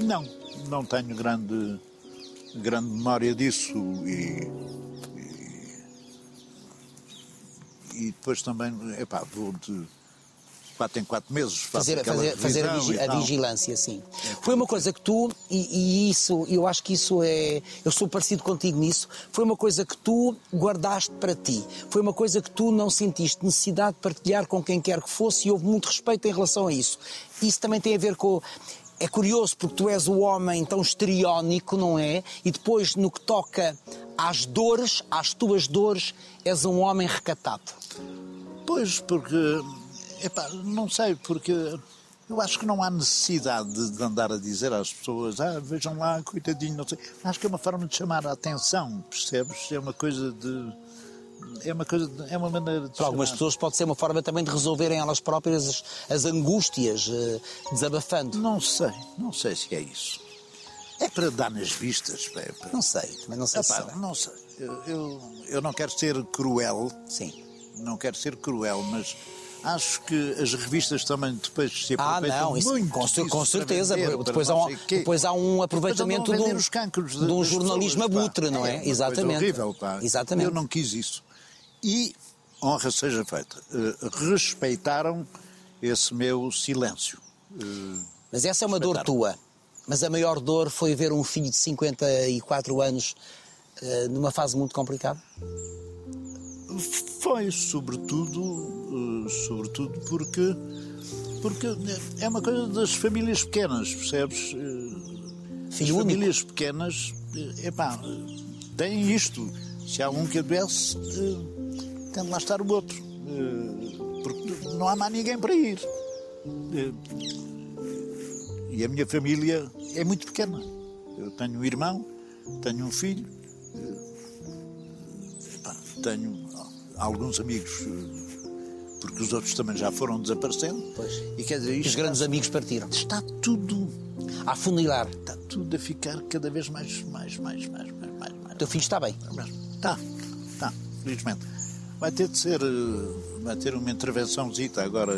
Não, não tenho grande, grande memória disso e, e, e depois também, epá, vou de quatro em quatro meses faço Fazer, aquela fazer, fazer a, revisão vigi- e a tal. vigilância, sim. Foi uma coisa que tu, e, e isso, eu acho que isso é. Eu sou parecido contigo nisso. Foi uma coisa que tu guardaste para ti. Foi uma coisa que tu não sentiste necessidade de partilhar com quem quer que fosse e houve muito respeito em relação a isso. Isso também tem a ver com. É curioso porque tu és o homem tão histriónico, não é? E depois, no que toca às dores, às tuas dores, és um homem recatado. Pois, porque, epá, não sei, porque eu acho que não há necessidade de de andar a dizer às pessoas, ah, vejam lá, coitadinho, não sei. Acho que é uma forma de chamar a atenção, percebes? É uma coisa de. É uma coisa, de- é uma maneira de. Para algumas chamar. pessoas pode ser uma forma também de resolverem elas próprias as, as angústias, eh, desabafando. Não sei, não sei se é isso. É para dar nas vistas, pá, é para- Não sei, também não sei se Epá, será. não sei. Eu, eu, eu não quero ser cruel, Sim. não quero ser cruel, mas acho que as revistas também depois se Ah, aproveitam não, isso, muito com, cer- disso com para certeza. vender, para depois, há não um, sei quê. depois há um Depois andam a aproveitamento de vender um, os cancros de um das jornalismo pessoas, pá. abutre, não uma é? coisa Exatamente. horrível, pá. Exatamente. Eu não quis isso. E, honra seja feita, eh, respeitaram esse meu silêncio. Mas essa é uma dor tua. Mas a maior dor foi ver um filho de 54 anos eh, numa fase muito complicada. Foi sobretudo, eh, sobretudo porque, porque é uma coisa das famílias pequenas, percebes? Eh, Filho As único. famílias pequenas, eh, epá, eh, têm isto. Se há um que adoece, eh, tem de lá estar o outro. eh, Porque não há mais ninguém para ir. Eh, E a minha família é muito pequena. Eu tenho um irmão, tenho um filho, Pá, tenho alguns amigos, eh, porque os outros também já foram desaparecendo. Pois. E quer dizer, isto Os grandes amigos partiram. está, está tudo, A funilar. está Tá tudo a ficar cada vez mais, mais, mais, mais, mais, mais. mais. O teu filho está bem. Mas Está, está, felizmente. Vai ter de ser, eh, vai ter uma intervençõezita agora.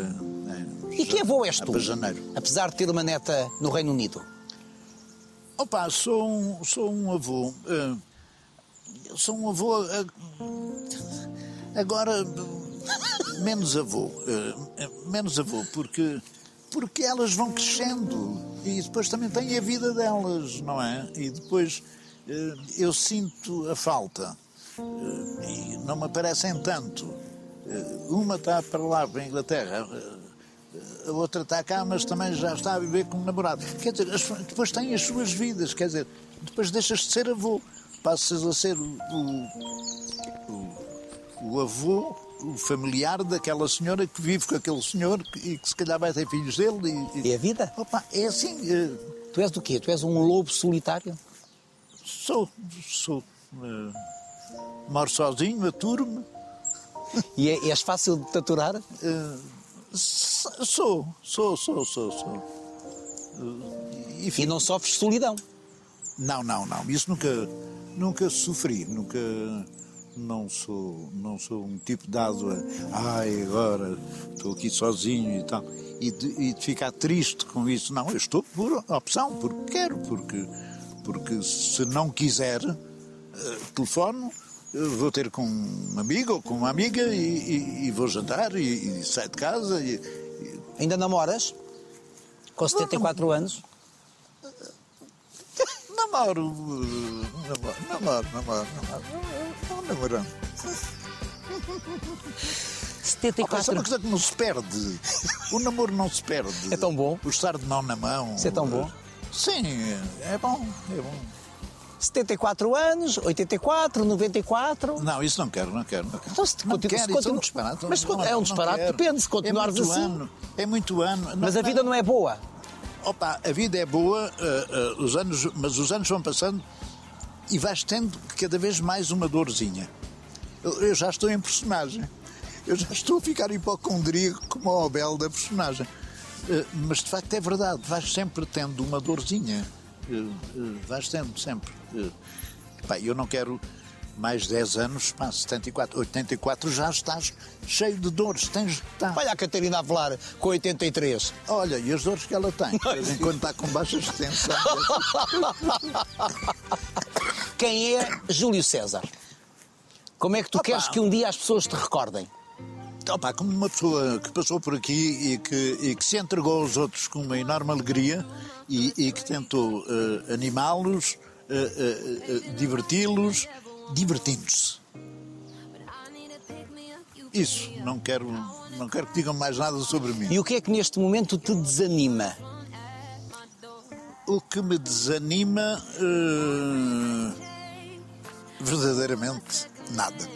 eh, E que avô és ah, tu? Para janeiro. Apesar de ter uma neta no Reino Unido. Opa, sou um, sou um avô. eh, sou um avô. eh, agora. eh, menos avô. eh, eh, menos avô, porque. Porque elas vão crescendo e depois também têm a vida delas, não é? E depois eh, eu sinto a falta eh, e não me aparecem tanto. Eh, uma está para lá, para a Inglaterra, eh, a outra está cá, mas também já está a viver como namorado. Quer dizer, as- depois têm as suas vidas, quer dizer, depois deixas de ser avô, passas a ser o, o- o avô, o familiar daquela senhora que vive com aquele senhor que- e que se calhar vai ter filhos dele. E, É a vida? Opa, é assim, eh, Tu és do quê? Tu és um lobo solitário? sou, sou, eh, moro sozinho, aturo-me, E é- és fácil de taturar? S- sou, sou, sou, sou, sou. E não sofres solidão. Não, não, não. Isso nunca, nunca sofri, nunca. Não sou, não sou um tipo dado a. Ai, agora estou aqui sozinho e tal. E de, e de ficar triste com isso. Não, eu estou por opção, porque quero, porque, porque se não quiser, eh, telefono, eh, vou ter com um amigo ou com uma amiga e, e- e vou jantar e, e saio de casa. E, e- Ainda namoras? Com 74 anos? Namoro, eh, namoro, namoro, namoro, namoro. Não namoramos. 74 Opa, isso é uma coisa que não se perde. O namoro não se perde. É tão bom. O estar de mão na mão. Isso é tão bom. Sim, é bom, é bom. 74 anos, 84, 94. Não, isso não quero, não quero. Não quero. Então, se te não continu- se quero, isso é um continu- disparate. mas se não- con- é um não disparate, quero. depende, se continuares é muito assim. Ano, é muito ano. Mas a vida não é boa. Opa, a vida é boa, eh, eh, os anos, mas os anos vão passando e vais tendo cada vez mais uma dorzinha. Eu, eu já estou em personagem. Eu já estou a ficar hipocondríaco como a Obel da personagem. Eh, mas de facto é verdade, vais sempre tendo uma dorzinha. Eh, eh, vais tendo sempre. Eh, epá, eu não quero mais 10 anos, pá, 74, 84 já estás cheio de dores. Tens, tá, Olha a Catarina a falar com 83. Olha, e as dores que ela tem, enquanto está com baixas tensões. Quem é Júlio César? Como é que tu Opa. queres que um dia as pessoas te recordem? Então, pá, como uma pessoa que passou por aqui e que, e que se entregou aos outros com uma enorme alegria e, e que tentou eh, animá-los, eh, eh, eh, diverti-los, divertindo-se. Isso, não quero, não quero que digam mais nada sobre mim. E o que é que neste momento te desanima? O que me desanima, eh, verdadeiramente, nada.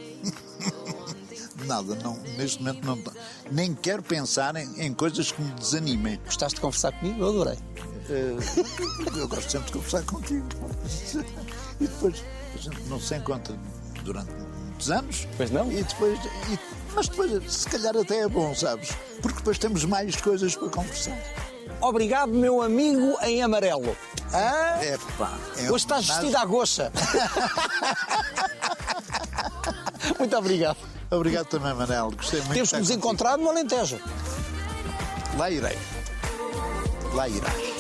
nada, não, neste momento não. Nem quero pensar em, em coisas que me desanimem. Gostaste de conversar comigo? Eu adorei. Eu gosto sempre de conversar contigo. E depois a gente não se encontra durante muitos anos. Pois não? E depois, e- mas depois, se calhar até é bom, sabes? Porque depois temos mais coisas para conversar. Obrigado, meu amigo em amarelo. Hã? É pá. é Hoje estás homenagem. vestido à gocha. Muito obrigado. Obrigado também, Manel. Gostei muito. Temos de que nos estar contigo. encontrar no Alentejo. Lá irei. Lá irás.